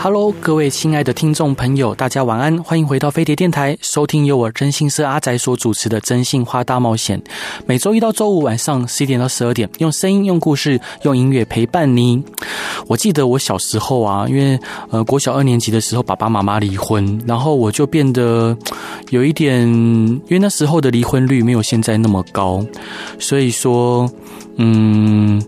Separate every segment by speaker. Speaker 1: Hello，各位亲爱的听众朋友，大家晚安，欢迎回到飞碟电台，收听由我真心社阿宅所主持的《真心话大冒险》。每周一到周五晚上十一点到十二点，用声音、用故事、用音乐陪伴你。我记得我小时候啊，因为呃国小二年级的时候，爸爸妈妈离婚，然后我就变得有一点，因为那时候的离婚率没有现在那么高，所以说，嗯。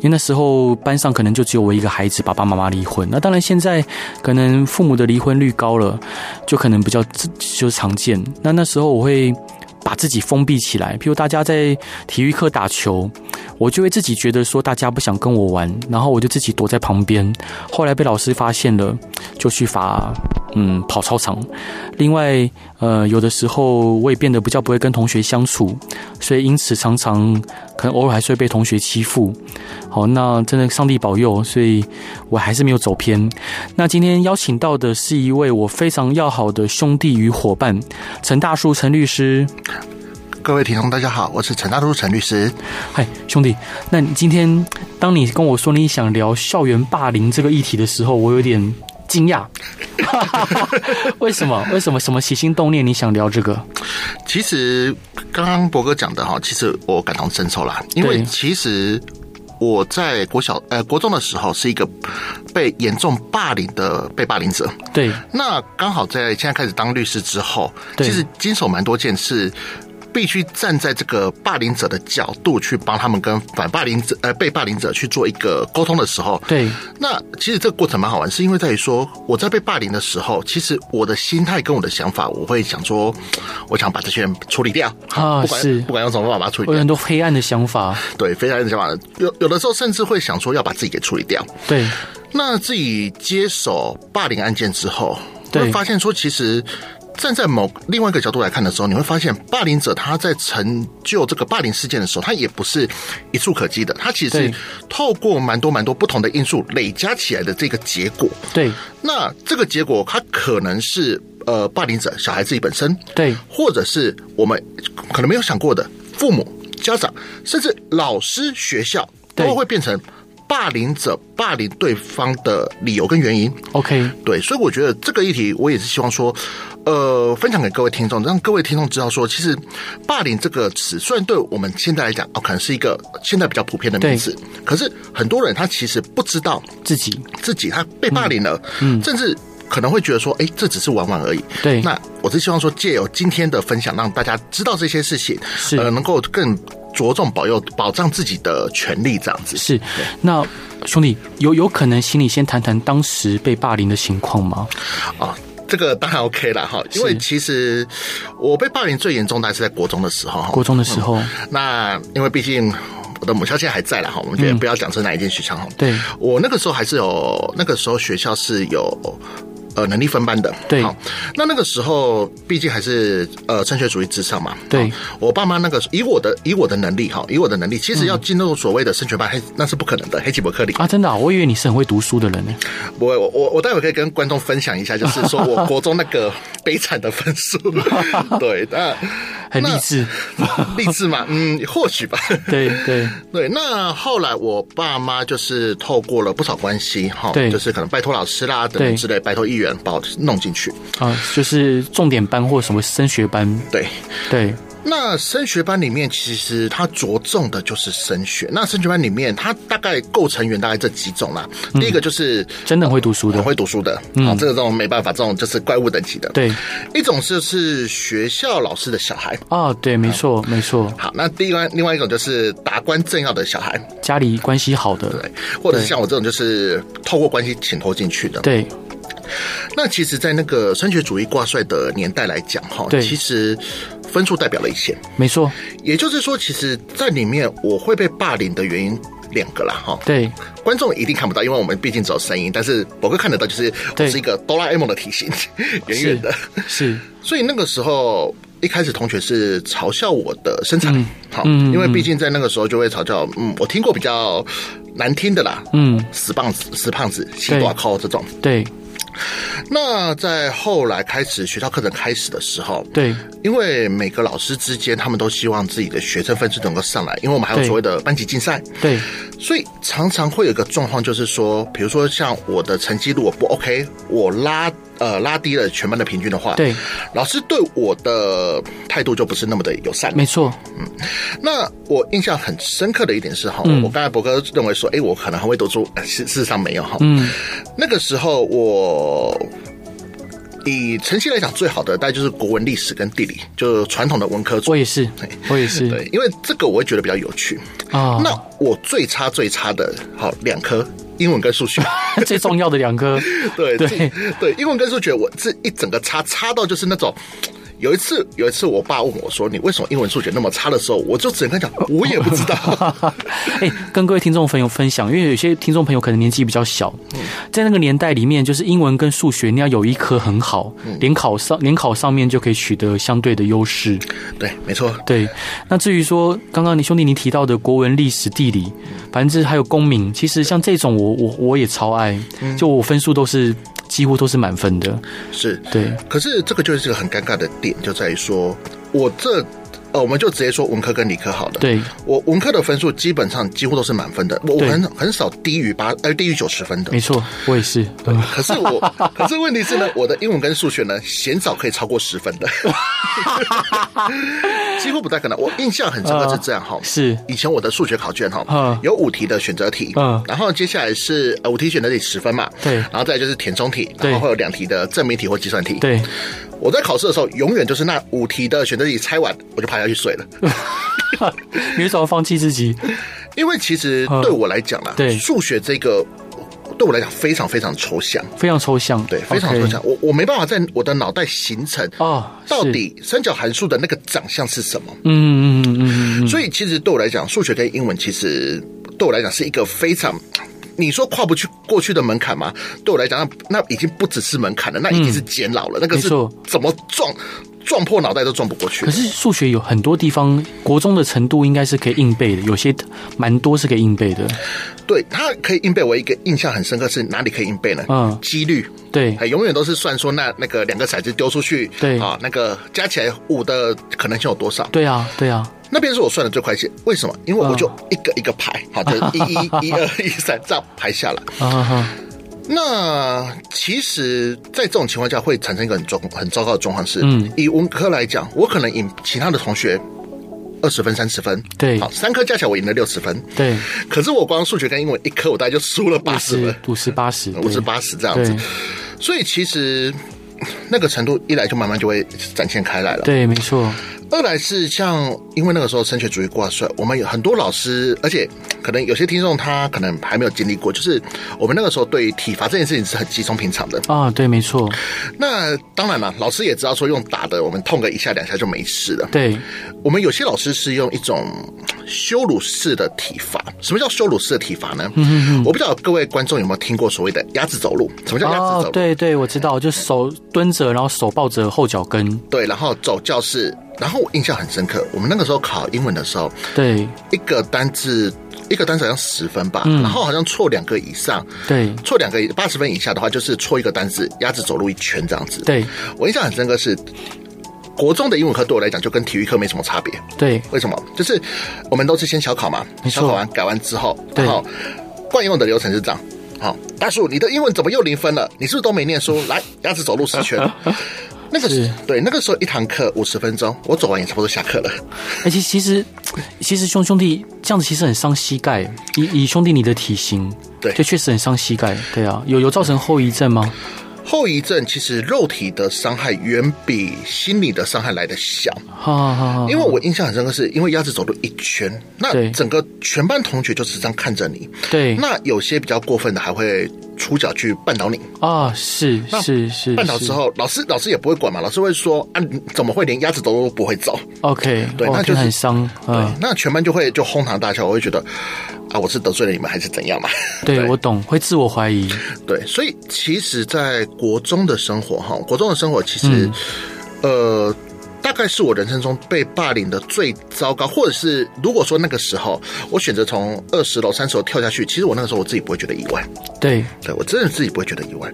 Speaker 1: 因为那时候班上可能就只有我一个孩子，爸爸妈妈离婚。那当然，现在可能父母的离婚率高了，就可能比较就是常见。那那时候我会把自己封闭起来，譬如大家在体育课打球，我就会自己觉得说大家不想跟我玩，然后我就自己躲在旁边。后来被老师发现了，就去罚嗯跑操场。另外，呃，有的时候我也变得比较不会跟同学相处，所以因此常常可能偶尔还是会被同学欺负。好，那真的上帝保佑，所以我还是没有走偏。那今天邀请到的是一位我非常要好的兄弟与伙伴，陈大叔，陈律师。
Speaker 2: 各位听众，大家好，我是陈大叔陈律师。
Speaker 1: 嗨，兄弟，那你今天当你跟我说你想聊校园霸凌这个议题的时候，我有点惊讶， 为什么？ 为什么？什么起心动念你想聊这个？
Speaker 2: 其实刚刚博哥讲的哈，其实我感同身受啦，因为
Speaker 1: 对
Speaker 2: 其实我在国小呃国中的时候是一个被严重霸凌的被霸凌者。
Speaker 1: 对，
Speaker 2: 那刚好在现在开始当律师之后，
Speaker 1: 对
Speaker 2: 其实经手蛮多件事。必须站在这个霸凌者的角度去帮他们跟反霸凌者呃被霸凌者去做一个沟通的时候，
Speaker 1: 对，
Speaker 2: 那其实这个过程蛮好玩，是因为在于说我在被霸凌的时候，其实我的心态跟我的想法，我会想说，我想把这些人处理掉
Speaker 1: 啊
Speaker 2: 不管
Speaker 1: 是嗯
Speaker 2: 不管用什么办法把它处理
Speaker 1: 我有很
Speaker 2: 掉，
Speaker 1: 多黑暗的想法。
Speaker 2: 对，非常有想法的。有有的时候甚至会想说要把自己给处理掉。
Speaker 1: 对，
Speaker 2: 那自己接手霸凌案件之后，
Speaker 1: 对
Speaker 2: 会发现说，其实站在某另外一个角度来看的时候，你会发现霸凌者他在成就这个霸凌事件的时候，他也不是一触可及的，他其实
Speaker 1: 对
Speaker 2: 是透过蛮多蛮多不同的因素累加起来的这个结果。
Speaker 1: 对，
Speaker 2: 那这个结果，它可能是呃霸凌者小孩自己本身，
Speaker 1: 对，
Speaker 2: 或者是我们可能没有想过的父母、家长，甚至老师、学校
Speaker 1: 对
Speaker 2: 都会变成霸凌者霸凌对方的理由跟原因。
Speaker 1: ，OK，
Speaker 2: 对，所以我觉得这个议题，我也是希望说，呃，分享给各位听众，让各位听众知道说，其实“霸凌”这个词，虽然对我们现在来讲，哦，可能是一个现在比较普遍的名词，可是很多人他其实不知道
Speaker 1: 自己
Speaker 2: 自己他被霸凌了，甚至可能会觉得说，哎，这只是玩玩而已。
Speaker 1: 嗯对
Speaker 2: 那我是希望说，借由今天的分享，让大家知道这些事情，
Speaker 1: 是
Speaker 2: 呃，能够更着重保佑、保障自己的权利，这样子。
Speaker 1: 是。那兄弟，有有可能请你先谈谈当时被霸凌的情况吗？
Speaker 2: 啊。这个当然 OK 啦，哈，因为
Speaker 1: 是
Speaker 2: 其实我被霸凌最严重，大概是在国中的时候哈。
Speaker 1: 国中的时候，
Speaker 2: 那因为毕竟我的母校现在还在了哈，我们觉得不要讲是哪一间学校哈。
Speaker 1: 嗯对
Speaker 2: 我那个时候还是有，那个时候学校是有。呃，能力分班的，
Speaker 1: 对
Speaker 2: 好，那那个时候毕竟还是呃升学主义至上嘛。
Speaker 1: 对嗯
Speaker 2: 好我爸妈那个时候以我的以我的能力哈，以我的能力，其实要进入所谓的升学班，黑那是不可能的，黑吉伯克里。
Speaker 1: 啊，真的、啊，我以为你是很会读书的人呢。
Speaker 2: 我我我我待会可以跟观众分享一下，就是说我国中那 个悲惨的分数。对，那
Speaker 1: 很励
Speaker 2: 那
Speaker 1: 志。
Speaker 2: 励志嘛，嗯，或许吧。
Speaker 1: 对对
Speaker 2: 对，那后来我爸妈就是透过了不少关系，哈，
Speaker 1: 对
Speaker 2: 就是可能拜托老师啦等等
Speaker 1: 对
Speaker 2: 之类，拜托议员把我弄进去。
Speaker 1: 啊，就是重点班或什么升学班，
Speaker 2: 对，
Speaker 1: 对
Speaker 2: 那升学班里面其实它着重的就是升学。那升学班里面，它大概构成员大概这几种啦。
Speaker 1: 嗯
Speaker 2: 第一个就是
Speaker 1: 真的很会读书
Speaker 2: 很
Speaker 1: 的。
Speaker 2: 会读书的，好，这个这种没办法，这种就是怪物等级的。
Speaker 1: 嗯对
Speaker 2: 一种就是学校老师的小孩。
Speaker 1: 啊，对，没错没错，
Speaker 2: 好，那另外另外一种就是达官政要的小孩，
Speaker 1: 家里关系好的，
Speaker 2: 对，或者是像我这种就是透过关系潜投进去的。
Speaker 1: 对
Speaker 2: 那其实，在那个升学主义挂帅的年代来讲，哈，
Speaker 1: 对
Speaker 2: 其实分数代表了一切。
Speaker 1: 没错，
Speaker 2: 也就是说，其实，在里面我会被霸凌的原因两个啦，哈。
Speaker 1: 对
Speaker 2: 观众一定看不到，因为我们毕竟只有声音，但是博哥看得到，就是我
Speaker 1: 对
Speaker 2: 是一个哆啦 A 梦的体型，圆
Speaker 1: 是
Speaker 2: 圆的。
Speaker 1: 是，
Speaker 2: 所以那个时候，一一开始同学是嘲笑我的身材，
Speaker 1: 嗯
Speaker 2: 好，因为毕竟在那个时候就会嘲笑，嗯，我听过比较难听的啦，
Speaker 1: 嗯，
Speaker 2: 死胖子、死胖子、西
Speaker 1: 对
Speaker 2: 瓜扣这种。
Speaker 1: 对
Speaker 2: 那在后来开始学校课程开始的时候，
Speaker 1: 对
Speaker 2: 因为每个老师之间，他们都希望自己的学生分数能够上来，因为我们还有
Speaker 1: 对
Speaker 2: 所谓的班级竞赛，
Speaker 1: 对
Speaker 2: 所以常常会有一个状况，就是说，比如说像我的成绩如果不 OK，我拉呃拉低了全班的平均的话，
Speaker 1: 对，
Speaker 2: 老师对我的态度就不是那么的友善。
Speaker 1: 没错，
Speaker 2: 那我印象很深刻的一点是哈，
Speaker 1: 嗯
Speaker 2: 我刚才博哥认为说，哎，我可能很会读书，呃事事实上没有哈。
Speaker 1: 嗯，
Speaker 2: 那个时候我以成绩来讲，最好的大概就是国文、历史跟地理，就是传统的文科组
Speaker 1: 我。也是，我也是
Speaker 2: 对，因为这个我会觉得比较有趣。
Speaker 1: 啊。
Speaker 2: 那我最差最差的，好两科，英文跟数学。
Speaker 1: 最重要的两科，
Speaker 2: 对
Speaker 1: 对
Speaker 2: 这对，英文跟数学我这一整个差差到就是那种。有一次，有一次，我爸问我说：“你为什么英文数学那么差？”的时候，我就只能跟他讲，我也不知道。
Speaker 1: 哎、跟各位听众朋友分享，因为有些听众朋友可能年纪比较小，
Speaker 2: 嗯
Speaker 1: 在那个年代里面，就是英文跟数学，你要有一科很好，
Speaker 2: 嗯
Speaker 1: 联考上联考上面就可以取得相对的优势。
Speaker 2: 对，没错，
Speaker 1: 对，那至于说刚刚你兄弟你提到的国文、历史、地理，
Speaker 2: 嗯
Speaker 1: 反正这还有公民，其实像这种我我我也超爱，
Speaker 2: 嗯
Speaker 1: 就我分数都是几乎都是满分的。
Speaker 2: 是。
Speaker 1: 对，
Speaker 2: 可是这个就是一个很尴尬的点，就在于说我这呃，我们就直接说文科跟理科好了。，
Speaker 1: 对，
Speaker 2: 我文科的分数基本上几乎都是满分的，我我
Speaker 1: 对
Speaker 2: 很很少低于八呃低于九十分的
Speaker 1: 没。 错，我也是。
Speaker 2: 可是我，可是问题是呢，我的英文跟数学呢，鲜少可以超过十分的， 几乎不太可能。我印象很深刻是这样哈、
Speaker 1: 是
Speaker 2: 以前我的数学考卷哈、
Speaker 1: 嗯
Speaker 2: 有五题的选择题，
Speaker 1: 嗯
Speaker 2: 然后接下来是呃五题选择题十分嘛，
Speaker 1: 对
Speaker 2: 然后再来就是填充题，
Speaker 1: 对
Speaker 2: 然后会有两题的证明题或计算题。，
Speaker 1: 对，
Speaker 2: 我在考试的时候，永远就是那五题的选择题猜完，我就趴下去睡了。
Speaker 1: 你为什么放弃自己？
Speaker 2: 因为其实
Speaker 1: 嗯
Speaker 2: 对我来讲啦，啊
Speaker 1: 对
Speaker 2: 数学这个对我来讲非常非常抽象，
Speaker 1: 非常抽象，
Speaker 2: 对，非常
Speaker 1: OK
Speaker 2: 抽象。我我没办法在我的脑袋形成
Speaker 1: 哦是
Speaker 2: 到底三角函数的那个长相是什么。
Speaker 1: 嗯嗯嗯嗯嗯，
Speaker 2: 所以其实对我来讲，数学跟英文其实对我来讲是一个非常。你说跨不去过去的门槛吗？对我来讲，那那已经不只是门槛了，那已经是煎熬了。那
Speaker 1: 嗯
Speaker 2: 个
Speaker 1: 没
Speaker 2: 是
Speaker 1: 错
Speaker 2: 怎么撞撞破脑袋都撞不过去
Speaker 1: 可。是数学有很多地方，国中的程度应该是可以硬背的，有些蛮多是可以硬背的。
Speaker 2: 对，它可以硬背。我一个印象很深刻是哪里可以硬背呢？
Speaker 1: 嗯
Speaker 2: 几率。
Speaker 1: 对
Speaker 2: 哎，永远都是算说那那个两个骰子丢出去，
Speaker 1: 对
Speaker 2: 啊，那个加起来五的可能性有多少？
Speaker 1: 对啊，对啊，
Speaker 2: 那边是我算的最快些，为什么？因为我就一个一个 排，好的，一一一二一三这样排下来。
Speaker 1: 啊哈哈，
Speaker 2: 那其实，在这种情况下会产生一个很重很糟糕的状况是，
Speaker 1: 嗯
Speaker 2: 以文科来讲，我可能赢其他的同学二十分、三十分，
Speaker 1: 对
Speaker 2: 好，三科加起来我赢了六十分，
Speaker 1: 对，
Speaker 2: 可是我光数学跟英文一科，我大概就输了八
Speaker 1: 五
Speaker 2: 十分
Speaker 1: 十。五十八十，
Speaker 2: 五十
Speaker 1: 对
Speaker 2: 八十这样子
Speaker 1: 对，
Speaker 2: 所以其实那个程度一来就慢慢就会展现开来了。
Speaker 1: 对，没错，
Speaker 2: 二来是像因为那个时候升学主义挂帅，我们有很多老师，而且可能有些听众他可能还没有经历过，就是我们那个时候对体罚这件事情是很稀松平常的。
Speaker 1: 啊，对，没错，
Speaker 2: 那当然了，老师也知道说用打的，我们痛个一下两下就没事了。
Speaker 1: 对，
Speaker 2: 我们有些老师是用一种羞辱式的体罚。什么叫羞辱式的体罚呢？
Speaker 1: 嗯
Speaker 2: 我不知道各位观众有没有听过所谓的鸭子走路？什么叫鸭子走
Speaker 1: 哦
Speaker 2: 路？，
Speaker 1: 对对，我知道，就手蹲着，然后手抱着后脚跟，
Speaker 2: 对，然后走教室，然后我印象很深刻，我们那个时候考英文的时候，
Speaker 1: 对
Speaker 2: 一个单字一个单词好像十分吧，然后好像错两个以上，
Speaker 1: 对
Speaker 2: 错两个八十分以下的话，就是错一个单字，鸭子走路一圈这样子。，
Speaker 1: 对
Speaker 2: 我印象很深刻是。国中的英文课对我来讲就跟体育课没什么差别，
Speaker 1: 对
Speaker 2: 为什么？就是我们都是先小考嘛，
Speaker 1: 没错
Speaker 2: 小考完改完之后，
Speaker 1: 对
Speaker 2: 然后惯用的流程是这样。好，大叔，你的英文怎么又零分了？你是不是都没念书？来，鸭子走路十 圈。那个
Speaker 1: 是
Speaker 2: 对，那个时候一堂课五十分钟，我走完也差不多下课了。
Speaker 1: 而且哎其实其实兄兄弟这样子其实很伤膝盖，以以兄弟你的体型，
Speaker 2: 对
Speaker 1: 这确实很伤膝盖，对啊，有有造成后遗症吗？
Speaker 2: 后遗症其实肉体的伤害远比心理的伤害来的小，
Speaker 1: 哈哈哈，
Speaker 2: 因为我印象很深刻是，因为鸭子走路一圈，
Speaker 1: 哦对
Speaker 2: 那整个全班同学就是这样看着你。
Speaker 1: 对
Speaker 2: 那有些比较过分的还会出脚去绊倒你，
Speaker 1: 啊，是
Speaker 2: 那
Speaker 1: 是是，
Speaker 2: 绊倒
Speaker 1: 是
Speaker 2: 之后，老师老师也不会管嘛，老师会说啊，你怎么会连鸭子走路都不会走？
Speaker 1: ，OK，
Speaker 2: 对
Speaker 1: 哦
Speaker 2: 那就是
Speaker 1: 天很伤，嗯，
Speaker 2: 那全班就会就哄堂大笑，我会觉得啊，我是得罪了你们还是怎样嘛？
Speaker 1: 对我懂，会自我怀疑，
Speaker 2: 对，所以
Speaker 1: 嗯
Speaker 2: 其实，在国中的生活哈，国中的生活其实，呃，大概是我人生中被霸凌的最糟糕，或者是如果说那个时候我选择从二十楼、三十楼跳下去，其实我那个时候我自己不会觉得意外，
Speaker 1: 对
Speaker 2: 对我真的自己不会觉得意外。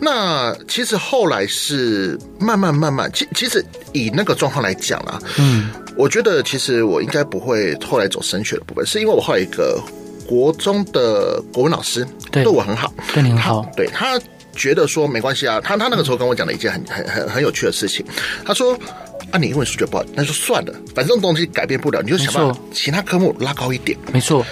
Speaker 2: 那其实后来是慢慢慢慢，其其实以那个状况来讲啦，
Speaker 1: 嗯，
Speaker 2: 我觉得其实我应该不会后来走升学的部分，是因为我后来一个国中的国文老师
Speaker 1: 对
Speaker 2: 对我很好，
Speaker 1: 对你很
Speaker 2: 他
Speaker 1: 好，
Speaker 2: 对他觉得说没关系啊，他他那个时候跟我讲了一件很很很很有趣的事情，他说。啊，你英文数学不好，那就算了，反正这种东西改变不了，你就想办
Speaker 1: 没
Speaker 2: 法
Speaker 1: 错
Speaker 2: 其他科目拉高一点。
Speaker 1: 没错，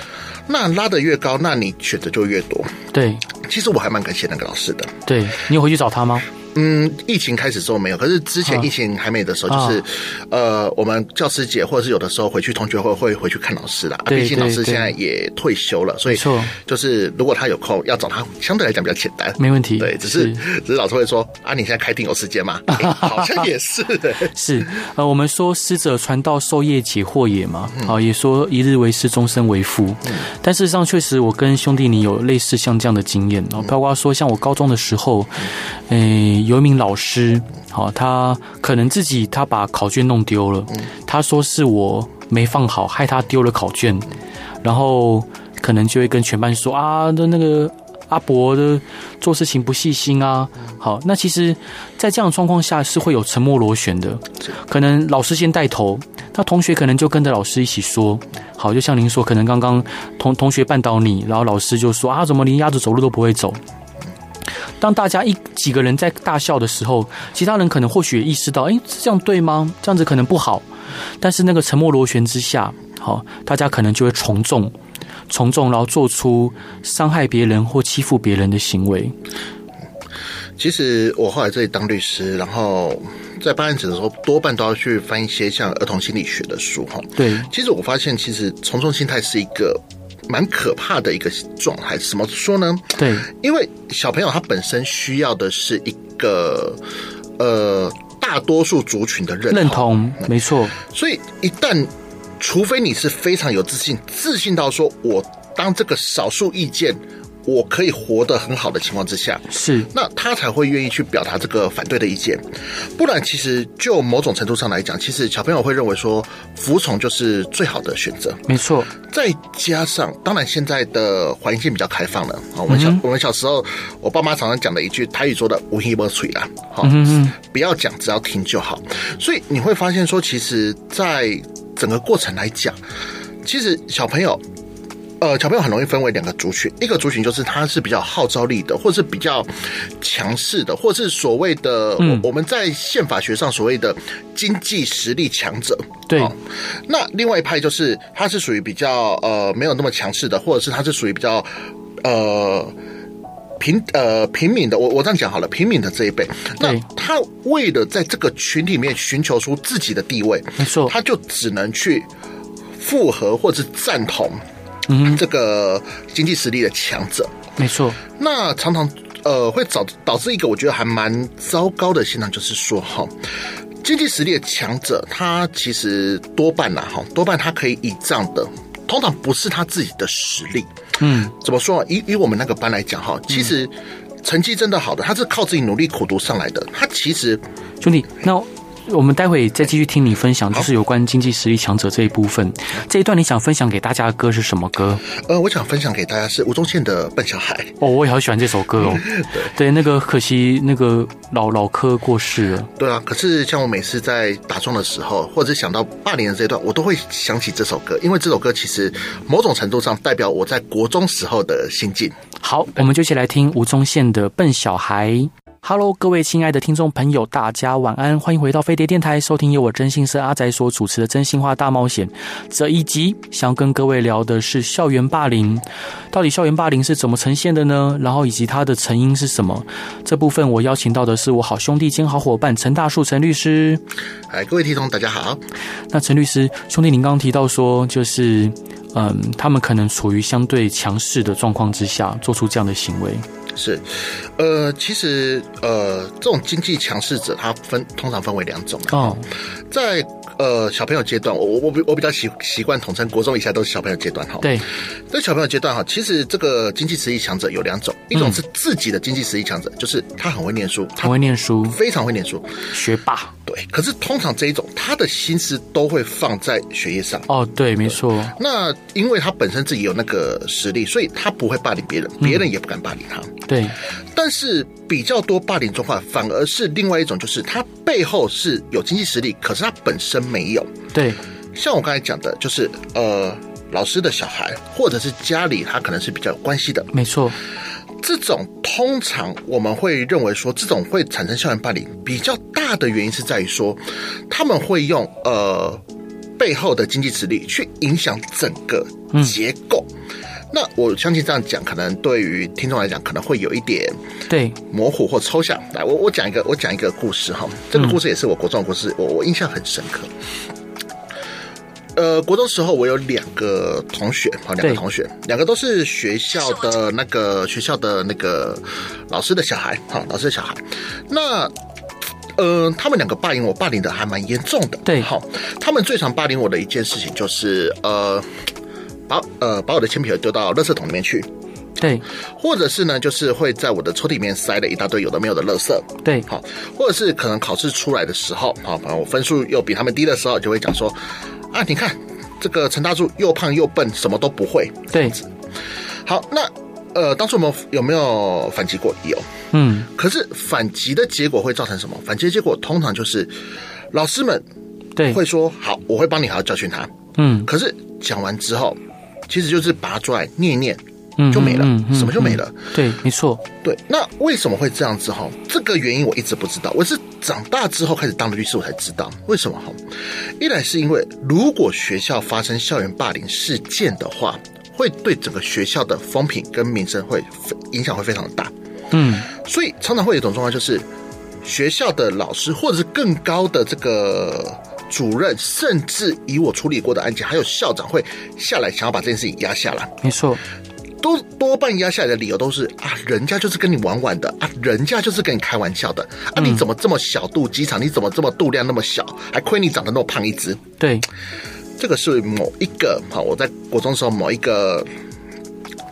Speaker 2: 那拉得越高，那你选择就越多。
Speaker 1: 对
Speaker 2: 其实我还蛮感谢那个老师的。
Speaker 1: 对，你有回去找他吗？
Speaker 2: 嗯，疫情开始之后没有，可是之前
Speaker 1: 啊
Speaker 2: 疫情还没的时候，就是、呃，我们教师节或者是有的时候回去同学会会回去看老师啦。啊
Speaker 1: 对
Speaker 2: 毕竟
Speaker 1: 对
Speaker 2: 老师
Speaker 1: 对
Speaker 2: 现在也退休了，所以
Speaker 1: 没错嗯
Speaker 2: 就是如果他有空要找他，相对来讲比较简单。
Speaker 1: 没问题，
Speaker 2: 对，只是只是老师会说啊，你现在开定有 时间吗？哎好像也是、
Speaker 1: 是，呃，我们说师者传道授业解惑也嘛，啊、也说一日为师，终身为父。但事实上，确实我跟兄弟你有类似像这样的经验，哦，包括说像我高中的时候，诶、有一名老师，好、他可能自己他把考卷弄丢了，他说是我没放好，害他丢了考卷，然后可能就会跟全班说啊，那那个阿伯的做事情不细心啊。好，那其实，在这样的状况下是会有沉默螺旋的，可能老师先带头，那同学可能就跟着老师一起说。好，就像您说，可能刚刚同同学绊倒你，然后老师就说啊，怎么连鸭子走路都不会走？当大家一几个人在大笑的时候，其他人可能或许也意识到，诶，这样对吗？这样子可能不好。但是那个沉默螺旋之下，好，大家可能就会从众，从众，然后做出伤害别人或欺负别人的行为。
Speaker 2: 其实我后来自己当律师，然后在办案子的时候，多半都要去翻一些像儿童心理学的书哈。
Speaker 1: 对，
Speaker 2: 其实我发现，其实从众心态是一个蛮可怕的一个状态。怎么说呢？
Speaker 1: 对，
Speaker 2: 因为小朋友他本身需要的是一个呃大多数族群的认同，
Speaker 1: 认同，没错，
Speaker 2: 所以一旦除非你是非常有自信，自信到说我当这个少数意见。我可以活得很好的情况之下，
Speaker 1: 是，
Speaker 2: 那他才会愿意去表达这个反对的意见，不然其实就某种程度上来讲，其实小朋友会认为说服从就是最好的选择。
Speaker 1: 没错，
Speaker 2: 再加上，当然现在的环境比较开放了啊。我们小、我们小时候，我爸妈常常讲的一句台语说的“无一不吹”啦，好、
Speaker 1: 嗯
Speaker 2: 不要讲，只要听就好。所以你会发现说，其实，在整个过程来讲，其实小朋友。呃，小朋友很容易分为两个族群，一个族群就是他是比较号召力的，或是比较强势的，或是所谓的、我我们在宪法学上所谓的经济实力强者。
Speaker 1: 对
Speaker 2: 哦，那另外一派就是他是属于比较呃没有那么强势的，或者是他是属于比较呃。平呃平民的，我我这样讲好了，平民的这一辈，那
Speaker 1: 对
Speaker 2: 他为了在这个群体里面寻求出自己的地位，
Speaker 1: 没错，
Speaker 2: 他就只能去附和或者是赞同
Speaker 1: 嗯
Speaker 2: 这个经济实力的强者。
Speaker 1: 没错，
Speaker 2: 那常常呃会导导致一个我觉得还蛮糟糕的现象，就是说哈。经济实力的强者，他其实多半啦、哈，多半他可以倚仗的，通常不是他自己的实力。
Speaker 1: 嗯，
Speaker 2: 怎么说？啊以以我们那个班来讲哈，其实成绩真的好的，他是靠自己努力苦读上来的。他其实
Speaker 1: 兄弟，那我们待会再继续听你分享，就是有关经济实力强者这一部分。这一段你想分享给大家的歌是什么歌？
Speaker 2: 呃，我想分享给大家是吴宗宪的《笨小孩》。
Speaker 1: 哦，我也好喜欢这首歌哦。对，那个可惜那个老老柯过世了。
Speaker 2: 对啊，可是像我每次在打桩的时候，或者想到霸凌的这一段，我都会想起这首歌，因为这首歌其实某种程度上代表我在国中时候的心境。
Speaker 1: 好，我们就一起来听吴宗宪的《笨小孩》。Hello，各位亲爱的听众朋友，大家晚安，欢迎回到飞碟电台，收听由我真心社阿宅所主持的《真心话大冒险》。这一集想要跟各位聊的是校园霸凌，到底校园霸凌是怎么呈现的呢？然后以及它的成因是什么？这部分我邀请到的是我好兄弟兼好伙伴陈大树陈律师。
Speaker 2: 哎，各位听众大家好，
Speaker 1: 那陈律师，兄弟，您刚刚提到说，就是嗯，他们可能处于相对强势的状况之下，做出这样的行为。
Speaker 2: 是，呃，其实呃，这种经济强势者他分通常分为两种啊，
Speaker 1: 哦，
Speaker 2: 在呃小朋友阶段，我我我比我比较习习惯统称国中以下都是小朋友阶段哈。
Speaker 1: 对，
Speaker 2: 在小朋友阶段哈，其实这个经济实力强者有两种，一种是自己的经济实力强者，就是他很会念书，他
Speaker 1: 很会念书，
Speaker 2: 非常会念书，
Speaker 1: 学霸。
Speaker 2: 对，可是通常这一种，他的心思都会放在学业上。
Speaker 1: 哦，对，没错。
Speaker 2: 那因为他本身自己有那个实力，所以他不会霸凌别人，别人也不敢霸凌他。
Speaker 1: 对，
Speaker 2: 但是比较多霸凌状况，反而是另外一种，就是他背后是有经济实力，可是他本身没有。
Speaker 1: 对，
Speaker 2: 像我刚才讲的，就是呃，老师的小孩，或者是家里他可能是比较有关系的，
Speaker 1: 没错。
Speaker 2: 这种通常我们会认为说，这种会产生校园霸凌比较大的原因是在于说，他们会用呃背后的经济实力去影响整个结构。那我相信这样讲，可能对于听众来讲，可能会有一点
Speaker 1: 对，
Speaker 2: 模糊或抽象。来，我我讲一个，我讲一个故事哈。这个故事也是我国中的故事，
Speaker 1: 嗯
Speaker 2: 我我印象很深刻。呃，国中时候我有两个同学，好，两
Speaker 1: 对
Speaker 2: 个同学，两个都是学校的那个学校的那个老师的小孩，好，老师的小孩。那呃，他们两个霸凌我，霸凌的还蛮严重的。
Speaker 1: 对
Speaker 2: 好，他们最常霸凌我的一件事情就是呃，把呃把我的铅笔盒丢到垃圾桶里面去，
Speaker 1: 对，
Speaker 2: 或者是呢，就是会在我的抽屉里面塞了一大堆有的没有的垃圾。
Speaker 1: 对，
Speaker 2: 好，或者是可能考试出来的时候，好，反正我分数又比他们低的时候，就会讲说，啊，你看这个陈大柱又胖又笨，什么都不会。
Speaker 1: 对，
Speaker 2: 好，那呃，当初我们有没有反击过？有，
Speaker 1: 嗯，
Speaker 2: 可是反击的结果会造成什么？反击的结果通常就是老师们
Speaker 1: 对，
Speaker 2: 会说，好，我会帮你好好教训他。
Speaker 1: 嗯，
Speaker 2: 可是讲完之后，其实就是拔出来念一念
Speaker 1: 嗯，
Speaker 2: 就没了
Speaker 1: 嗯，嗯
Speaker 2: 什么就没了。
Speaker 1: 嗯对，没错，
Speaker 2: 对，那为什么会这样子哈？这个原因我一直不知道，我是长大之后开始当了律师，我才知道为什么哈。一来是因为如果学校发生校园霸凌事件的话，会对整个学校的风评跟名声会非影响会非常大，
Speaker 1: 嗯，
Speaker 2: 所以常常会有一种状况就是，学校的老师或者是更高的这个。主任，甚至以我处理过的案件，还有校长会下来想要把这件事情压下来，
Speaker 1: 没错，
Speaker 2: 都多半压下来的理由都是啊，人家就是跟你玩玩的啊，人家就是跟你开玩笑的啊，你怎么这么小肚鸡肠？你怎么这么肚量那么小？还亏你长得那么胖一只。
Speaker 1: 对，
Speaker 2: 这个是某一个好，我在国中的时候某一个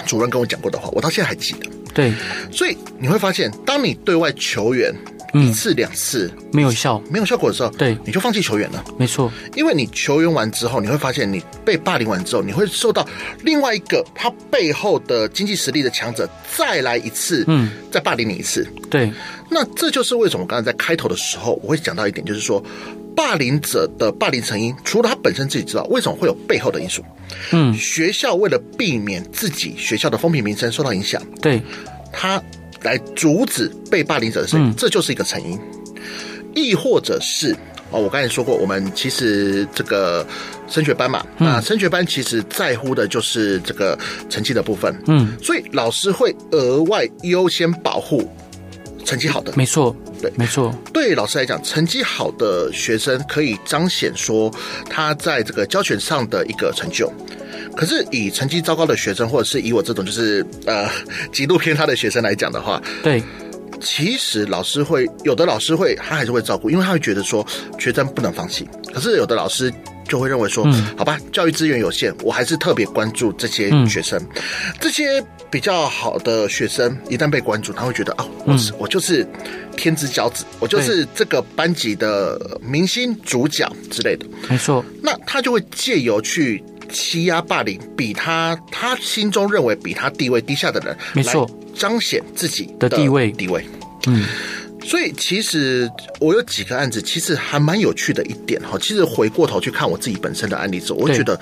Speaker 2: 主任跟我讲过的话，我到现在还记得。
Speaker 1: 对，
Speaker 2: 所以你会发现，当你对外求援一次两次
Speaker 1: 没有效，
Speaker 2: 没有效果的时候，
Speaker 1: 对
Speaker 2: 你就放弃求援了。
Speaker 1: 没错，
Speaker 2: 因为你球员完之后，你会发现你被霸凌完之后，你会受到另外一个他背后的经济实力的强者再来一次，
Speaker 1: 嗯，
Speaker 2: 再霸凌你一次。
Speaker 1: 对，
Speaker 2: 那这就是为什么我刚才在开头的时候，我会讲到一点，就是说，霸凌者的霸凌成因，除了他本身自己知道，为什么会有背后的因素？
Speaker 1: 嗯，
Speaker 2: 学校为了避免自己学校的风评名声受到影响，
Speaker 1: 对，
Speaker 2: 他来阻止被霸凌者的声音，这就是一个成因。亦或者是哦，我刚才说过，我们其实这个升学班嘛，那升学班其实在乎的就是这个成绩的部分，
Speaker 1: 嗯，
Speaker 2: 所以老师会额外优先保护成绩好的。
Speaker 1: 没错，
Speaker 2: 对
Speaker 1: 没错，
Speaker 2: 对老师来讲，成绩好的学生可以彰显说他在这个教学上的一个成就。可是以成绩糟糕的学生，或者是以我这种就是呃极度偏差的学生来讲的话，
Speaker 1: 对，
Speaker 2: 其实老师会有的老师会他还是会照顾，因为他会觉得说学生不能放弃。可是有的老师就会认为说，好吧，教育资源有限，我还是特别关注这些学生。这些比较好的学生一旦被关注，他会觉得啊，我是、我就是天之骄子，我就是这个班级的明星主角之类的。
Speaker 1: 没错，
Speaker 2: 那他就会借由去欺压霸凌比他他心中认为比他地位低下的人，
Speaker 1: 没错，
Speaker 2: 彰显自己
Speaker 1: 的地位
Speaker 2: 地位。
Speaker 1: 嗯，
Speaker 2: 所以其实我有几个案子，其实还蛮有趣的一点哈。其实回过头去看我自己本身的案例之后，我会
Speaker 1: 对
Speaker 2: 觉得，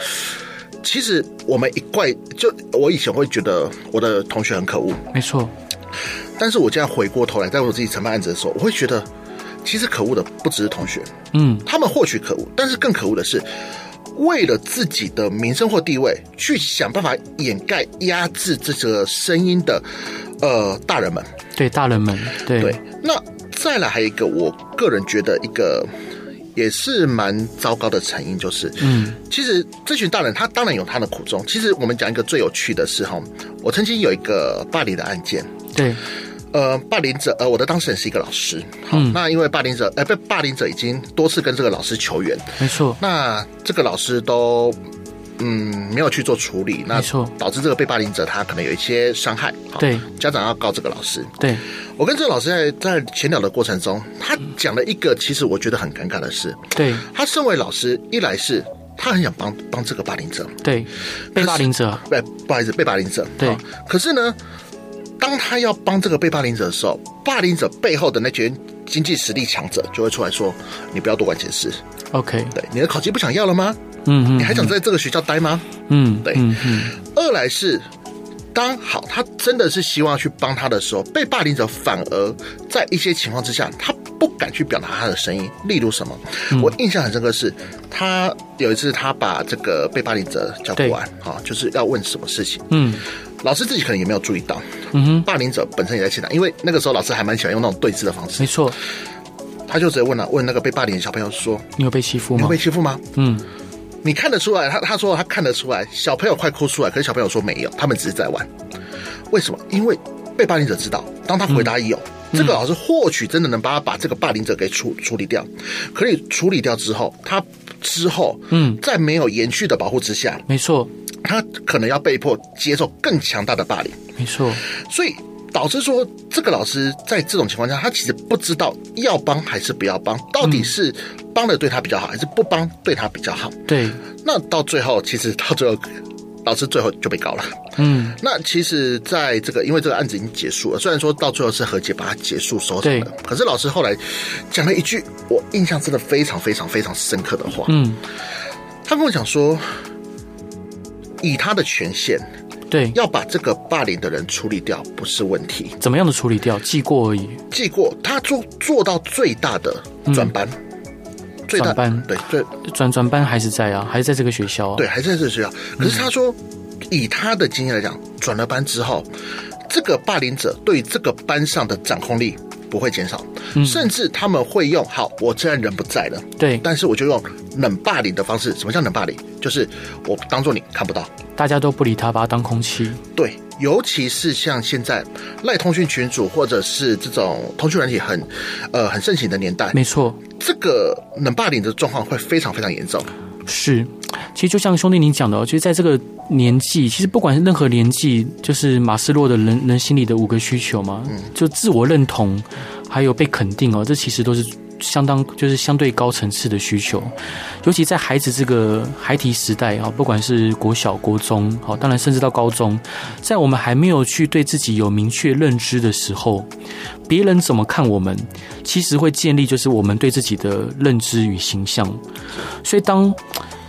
Speaker 2: 其实我们一怪就我以前会觉得我的同学很可恶，
Speaker 1: 没错，
Speaker 2: 但是我现在回过头来，在我自己承办案子的时候，我会觉得，其实可恶的不只是同学，
Speaker 1: 嗯，
Speaker 2: 他们或许可恶，但是更可恶的是，为了自己的名声或地位，去想办法掩盖、压制这个声音的，呃，大人们。
Speaker 1: 对，大人们，对，
Speaker 2: 对，那再来还有一个，我个人觉得一个也是蛮糟糕的成因，就是，嗯，其实这群大人他当然有他的苦衷。其实我们讲一个最有趣的是哈，我曾经有一个霸凌的案件，
Speaker 1: 对，
Speaker 2: 呃，霸凌者，呃，我的当事人是一个老师，好，那因为霸凌者，呃，被霸凌者已经多次跟这个老师求援，
Speaker 1: 没错，
Speaker 2: 那这个老师都嗯没有去做处理，那
Speaker 1: 没错
Speaker 2: 导致这个被霸凌者他可能有一些伤害，好
Speaker 1: 对，
Speaker 2: 家长要告这个老师。
Speaker 1: 对，
Speaker 2: 我跟这个老师在在闲聊的过程中，他讲了一个其实我觉得很尴尬的事，
Speaker 1: 对，
Speaker 2: 他身为老师，一来是他很想帮帮这个霸凌者，
Speaker 1: 对，被霸凌者，
Speaker 2: 不不好意思，被霸凌者。
Speaker 1: 对
Speaker 2: 好可是呢，当他要帮这个被霸凌者的时候，霸凌者背后的那群经济实力强者就会出来说：“你不要多管闲事，
Speaker 1: ，OK，
Speaker 2: 对，你的考绩不想要了吗？
Speaker 1: 嗯
Speaker 2: 你
Speaker 1: 嗯
Speaker 2: 还想在这个学校待吗
Speaker 1: 嗯，
Speaker 2: 对
Speaker 1: 嗯嗯，？”
Speaker 2: 二来是。当好，他真的是希望去帮他的时候，被霸凌者反而在一些情况之下，他不敢去表达他的声音。例如什么，
Speaker 1: 嗯
Speaker 2: 我印象很深刻是，他有一次他把这个被霸凌者叫过来，啊、就是要问什么事情，
Speaker 1: 嗯
Speaker 2: 老师自己可能也没有注意到，
Speaker 1: 嗯哼，
Speaker 2: 霸凌者本身也在现场，因为那个时候老师还蛮喜欢用那种对峙的方式
Speaker 1: 没，错，
Speaker 2: 他就直接问了、问那个被霸凌的小朋友说
Speaker 1: 你有被欺负：“
Speaker 2: 你
Speaker 1: 吗
Speaker 2: 会被？欺负吗
Speaker 1: 嗯，？”
Speaker 2: 你看得出来，他他说他看得出来，小朋友快哭出来，可是小朋友说没有，他们只是在玩。为什么？因为被霸凌者知道，当他回答有，这个老师或许真的能帮他把这个霸凌者给处处理掉。可以处理掉之后，他之后，
Speaker 1: 嗯，
Speaker 2: 在没有延续的保护之下，
Speaker 1: 没错，
Speaker 2: 他可能要被迫接受更强大的霸凌。
Speaker 1: 没错，
Speaker 2: 所以导致说，这个老师在这种情况下，他其实不知道要帮还是不要帮，到底是帮了对他比较好，还是不帮对他比较好。
Speaker 1: 对，
Speaker 2: 那到最后，其实到最后， 老师最后就被告了。
Speaker 1: 嗯，
Speaker 2: 那其实，在这个因为这个案子已经结束了，虽然说到最后是和解把它结束收场了，可是老师后来讲了一句我印象真的非常非常非常深刻的话，
Speaker 1: 嗯，
Speaker 2: 他跟我讲说，以他的权限
Speaker 1: 对，
Speaker 2: 要把这个霸凌的人处理掉不是问题，
Speaker 1: 怎么样的处理掉？记过而已，
Speaker 2: 记过，他做做到最大的转班，最大
Speaker 1: 嗯转班
Speaker 2: 对对
Speaker 1: 转转班还是在啊，还是在这个学校啊？
Speaker 2: 对，，还是在这个学校。可是他说，以他的经验来讲，转了班之后，这个霸凌者对这个班上的掌控力不会减少，甚至他们会用好，我虽然人不在了，
Speaker 1: 对，
Speaker 2: 但是我就用冷霸凌的方式。什么叫冷霸凌？就是我当做你看不到。
Speaker 1: 大家都不理他，把他当空气。
Speaker 2: 对，尤其是像现在赖通讯群组或者是这种通讯软体很，呃，很盛行的年代，
Speaker 1: 没错，
Speaker 2: 这个冷霸凌的状况会非常非常严重。
Speaker 1: 是，其实就像兄弟你讲的哦，其实在这个年纪，其实不管是任何年纪，就是马斯洛的人人心里的五个需求嘛，就自我认同，还有被肯定哦，这其实都是相当就是相对高层次的需求，尤其在孩子这个孩提时代啊、哦，不管是国小、国中，好、当然甚至到高中，在我们还没有去对自己有明确认知的时候，别人怎么看我们，其实会建立就是我们对自己的认知与形象。所以当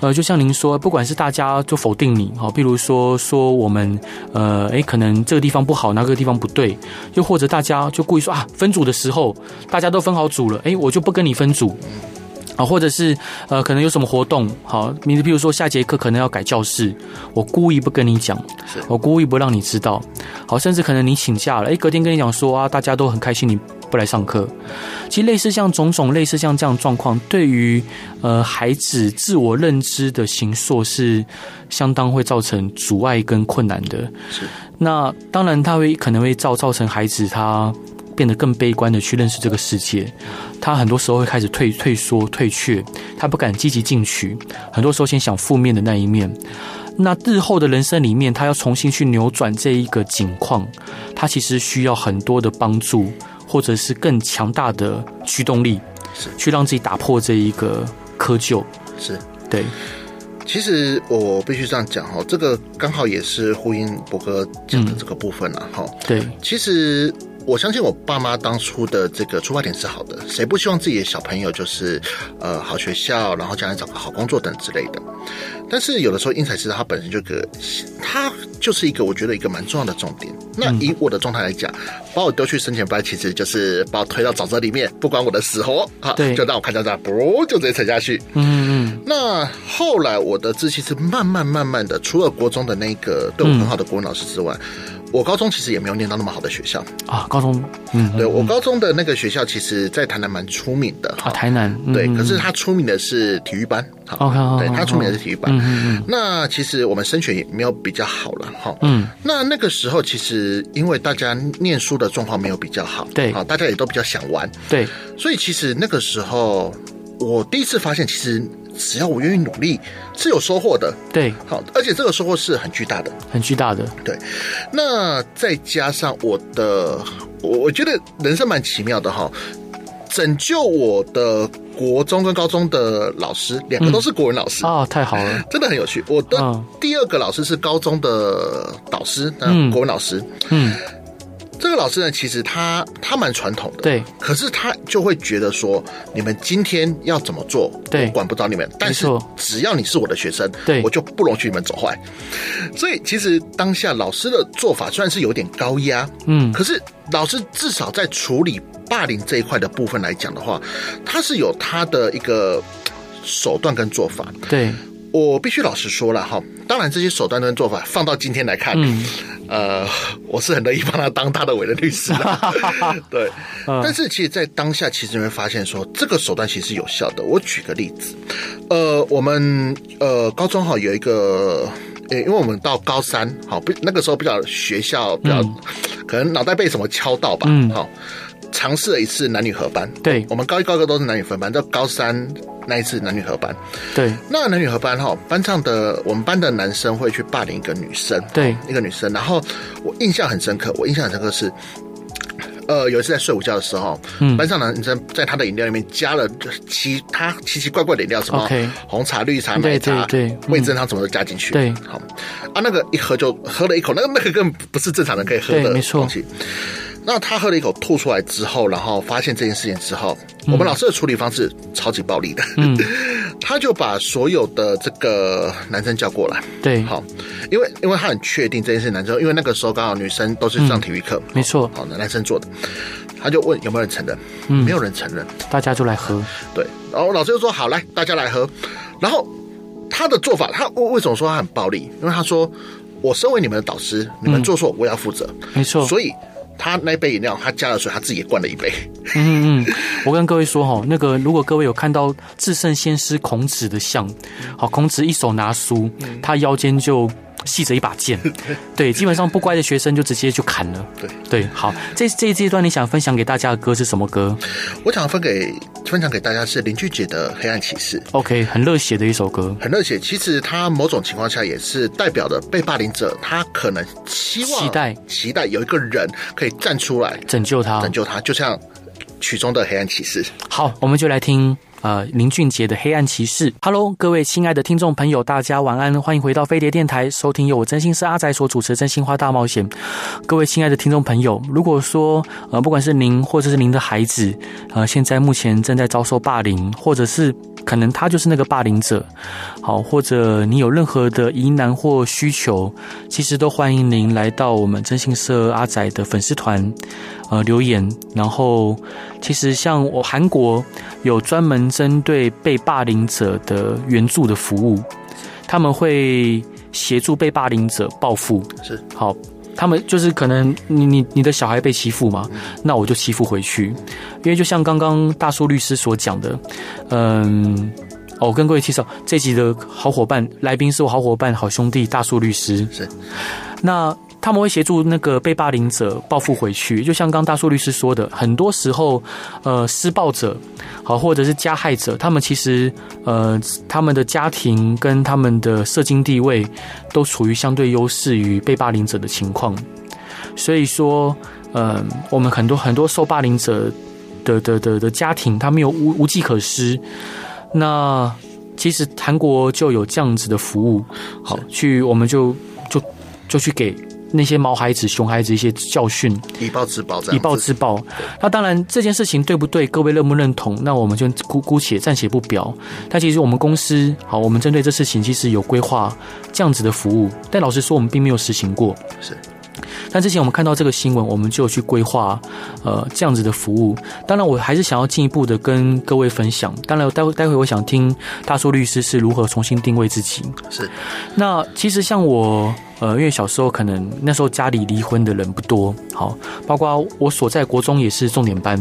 Speaker 1: 呃，就像您说，不管是大家就否定你，好，譬如说说我们，呃，诶，可能这个地方不好，那个地方不对，又或者大家就故意说啊，分组的时候大家都分好组了，诶，我就不跟你分组，啊，或者是呃，可能有什么活动，好，你譬如说下节课可能要改教室，我故意不跟你讲
Speaker 2: 是，
Speaker 1: 我故意不让你知道，好，甚至可能你请假了，诶，隔天跟你讲说啊，大家都很开心你不来上课，其实类似像种种类似像这样的状况，对于呃孩子自我认知的形塑是相当会造成阻碍跟困难的。
Speaker 2: 是，
Speaker 1: 那当然他会可能会造造成孩子他变得更悲观的去认识这个世界，他很多时候会开始退退缩退却，他不敢积极进取，很多时候先想负面的那一面。那日后的人生里面，他要重新去扭转这一个境况，他其实需要很多的帮助，或者是更强大的驱动力
Speaker 2: 是，
Speaker 1: 去让自己打破这一个窠臼。
Speaker 2: 是。
Speaker 1: 对，
Speaker 2: 其实我必须这样讲哈，这个刚好也是呼应博哥讲的这个部分啊了哈。
Speaker 1: 对，
Speaker 2: 其实我相信我爸妈当初的这个出发点是好的，谁不希望自己的小朋友就是呃好学校，然后将来找个好工作等之类的。但是有的时候因材施教，它本身就个，它就是一个我觉得一个蛮重要的重点。那以我的状态来讲，把我丢去生前班，其实就是把我推到沼泽里面，不管我的死活啊，
Speaker 1: 对
Speaker 2: 就让我看到这样，噗就直接沉下去。
Speaker 1: 嗯嗯，
Speaker 2: 那后来我的志气是慢慢慢慢的，除了国中的那个对我很好的国文老师之外，我高中其实也没有念到那么好的学校，
Speaker 1: 啊，高中，嗯，
Speaker 2: 对我高中的那个学校，其实在台南蛮出名的
Speaker 1: 啊，台南，嗯
Speaker 2: 对，可是他出名的是体育班，
Speaker 1: OK，好
Speaker 2: 对
Speaker 1: 好
Speaker 2: 他出名的是体育班
Speaker 1: 嗯嗯。
Speaker 2: 那其实我们升学也没有比较好了，哈，嗯，那那个时候其实因为大家念书的状况没有比较好，
Speaker 1: 对
Speaker 2: 好，大家也都比较想玩，
Speaker 1: 对，
Speaker 2: 所以其实那个时候我第一次发现，其实只要我愿意努力，是有收获的，
Speaker 1: 对，
Speaker 2: 好，而且这个收获是很巨大的，
Speaker 1: 很巨大的，
Speaker 2: 对，那再加上我的，我我觉得人生蛮奇妙的哈。拯救我的国中跟高中的老师，两个都是国文老师，
Speaker 1: 哦，太好了，
Speaker 2: 真的很有趣。我的
Speaker 1: 嗯
Speaker 2: 第二个老师是高中的导师，
Speaker 1: 嗯
Speaker 2: 嗯，国文老师。
Speaker 1: 嗯，
Speaker 2: 这个老师呢，其实他他蛮传统的，
Speaker 1: 对，
Speaker 2: 可是他就会觉得说，你们今天要怎么做，
Speaker 1: 对
Speaker 2: 我管不着你们，但是
Speaker 1: 错
Speaker 2: 只要你是我的学生，
Speaker 1: 对
Speaker 2: 我就不容许你们走坏。所以其实当下老师的做法虽然是有点高压，
Speaker 1: 嗯，
Speaker 2: 可是老师至少在处理霸凌这一块的部分来讲的话，他是有他的一个手段跟做法。
Speaker 1: 对，
Speaker 2: 我必须老实说了哈，当然这些手段跟做法放到今天来看，
Speaker 1: 嗯
Speaker 2: 呃，我是很乐意帮他当他的委任律师 的，对。
Speaker 1: 嗯
Speaker 2: 但是其实，在当下，其实你会发现说，这个手段其实是有效的。我举个例子，呃，我们呃高中哈有一个。呃，因为我们到高三，好不那个时候比较学校比较，可能脑袋被什么敲到吧，
Speaker 1: 嗯
Speaker 2: 好尝试了一次男女合班，
Speaker 1: 对
Speaker 2: 我们高一高二都是男女分班，到高三那一次男女合班，
Speaker 1: 对，
Speaker 2: 那男女合班哈，班上的我们班的男生会去霸凌一个女生，
Speaker 1: 对，
Speaker 2: 一个女生。然后我印象很深刻，我印象很深刻是，呃，有一次在睡午觉的时候，
Speaker 1: 嗯
Speaker 2: 班上男生在他的饮料里面加了奇他奇奇怪怪的饮料，什么
Speaker 1: OK
Speaker 2: 红茶、绿茶、
Speaker 1: 对
Speaker 2: 奶茶、
Speaker 1: 对对嗯
Speaker 2: 味噌汤什么都加进去。
Speaker 1: 对
Speaker 2: 好啊，那个一喝就喝了一口，那个那个根本不是正常人可以喝
Speaker 1: 对
Speaker 2: 的
Speaker 1: 没错
Speaker 2: 东西。那他喝了一口吐出来之后，然后发现这件事情之后，
Speaker 1: 嗯
Speaker 2: 我们老师的处理方式超级暴力的， 他就把所有的这个男生叫过来，
Speaker 1: 对，
Speaker 2: 好，因为因为他很确定这件事男生，因为那个时候刚好女生都是上体育课，
Speaker 1: 嗯
Speaker 2: 哦
Speaker 1: 没错嗯
Speaker 2: 好，男生做的，他就问有没有人承认，没有人承认，
Speaker 1: 大家就来喝，
Speaker 2: 对，然后老师就说好来，大家来喝，然后他的做法，他为为什么说他很暴力？因为他说我身为你们的导师，你们做错
Speaker 1: 嗯
Speaker 2: 我要负责，
Speaker 1: 没错，
Speaker 2: 所以他那杯饮料他加了水，他自己也灌了一杯，
Speaker 1: 嗯嗯，嗯，我跟各位说哈，那个如果各位有看到至圣先师孔子的像，好，孔子一手拿书，
Speaker 2: 嗯
Speaker 1: 他腰间就系着一把 剑，对，基本上不乖的学生就直接就砍了。
Speaker 2: 对
Speaker 1: 对，好，这这这一段你想分享给大家的歌是什么歌
Speaker 2: 我想分给分享给大家是林俊杰的《黑暗骑士》。
Speaker 1: ？OK，很热血的一首歌，
Speaker 2: 很热血。其实他某种情况下也是代表了被霸凌者，他可能期望、
Speaker 1: 期待、
Speaker 2: 期待有一个人可以站出来
Speaker 1: 拯救他
Speaker 2: 拯。救他，就像曲中的黑暗骑士。
Speaker 1: 好，我们就来听。呃，林俊杰的《黑暗骑士》。Hello，各位亲爱的听众朋友，大家晚安，欢迎回到飞碟电台，收听由我真心是阿仔所主持的《真心话大冒险》。各位亲爱的听众朋友，如果说呃，不管是您或者是您的孩子，呃，现在目前正在遭受霸凌，或者是可能他就是那个霸凌者，好，或者你有任何的疑难或需求，其实都欢迎您来到我们真心社阿仔的粉丝团，呃，留言。然后，其实像我韩国有专门针对被霸凌者的援助的服务，他们会协助被霸凌者报复，
Speaker 2: 是
Speaker 1: 好。他们就是可能你你你的小孩被欺负嘛，
Speaker 2: 嗯
Speaker 1: 那我就欺负回去，因为就像刚刚大叔律师所讲的，嗯，哦，我跟各位介绍这集的好伙伴来宾是我好伙伴、好兄弟大树律师。
Speaker 2: 是，
Speaker 1: 那他们会协助那个被霸凌者报复回去，就像刚大树律师说的，很多时候，呃，施暴者，好或者是加害者，他们其实呃，他们的家庭跟他们的社经地位都处于相对优势于被霸凌者的情况，所以说，嗯、我们很多很多受霸凌者的的的的家庭，他们有无无计可施，那其实韩国就有这样子的服务，好，去我们就就就去给那些毛孩子、熊孩子一些教训，
Speaker 2: 以暴制暴，这样子
Speaker 1: 以暴制暴。那当然，这件事情对不对，各位认不认同，那我们就姑姑且暂且不表。但其实我们公司，好，我们针对这事情其实有规划这样子的服务，但老实说，我们并没有实行过。
Speaker 2: 是。
Speaker 1: 但之前我们看到这个新闻，我们就有去规划，呃，这样子的服务。当然，我还是想要进一步的跟各位分享。当然，待会待会我想听大叔律师是如何重新定位自己。
Speaker 2: 是，
Speaker 1: 那其实像我，呃，因为小时候可能那时候家里离婚的人不多，好，包括我所在国中也是重点班，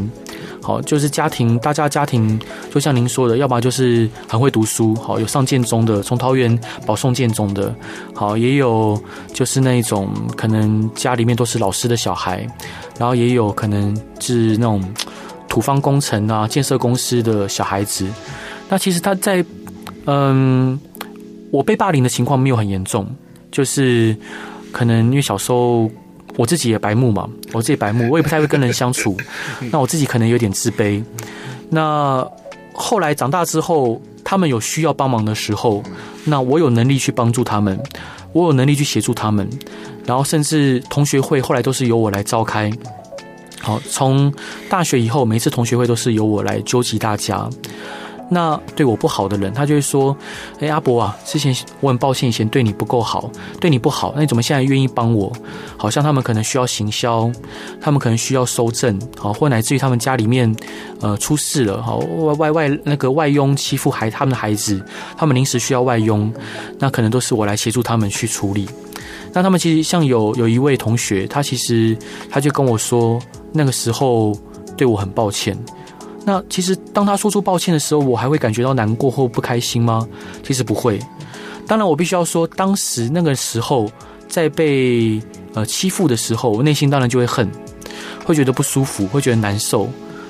Speaker 1: 好，就是家庭大家家庭就像您说的，要么就是很会读书，好，有上建中的，从桃园保送建中的，好，也有就是那一种可能家里面都是老师的小孩，然后也有可能是那种土方工程啊、建设公司的小孩子。那其实他在嗯。我被霸凌的情况没有很严重，就是可能因为小时候我自己也白目嘛，我自己白目，我也不太会跟人相处，那我自己可能有点自卑。那后来长大之后，他们有需要帮忙的时候，那我有能力去帮助他们，我有能力去协助他们，然后甚至同学会后来都是由我来召开。好，从大学以后，每一次同学会都是由我来纠集大家。那对我不好的人，他就会说：“哎，阿伯啊，之前我很抱歉，以前对你不够好，对你不好，那你怎么现在愿意帮我？好像他们可能需要行销，他们可能需要收证，好，或乃至于他们家里面呃出事了，好外外外那个外佣欺负孩他们的孩子，他们临时需要外佣，那可能都是我来协助他们去处理。那他们其实像有有一位同学，他其实他就跟我说，那个时候对我很抱歉。”那其实，当他说出抱歉的时候，我还会感觉到难过或不开心吗？其实不会。当然，我必须要说，当时那个时候在被呃欺负的时候，我内心当然就会恨，会觉得不舒服，会觉得难受。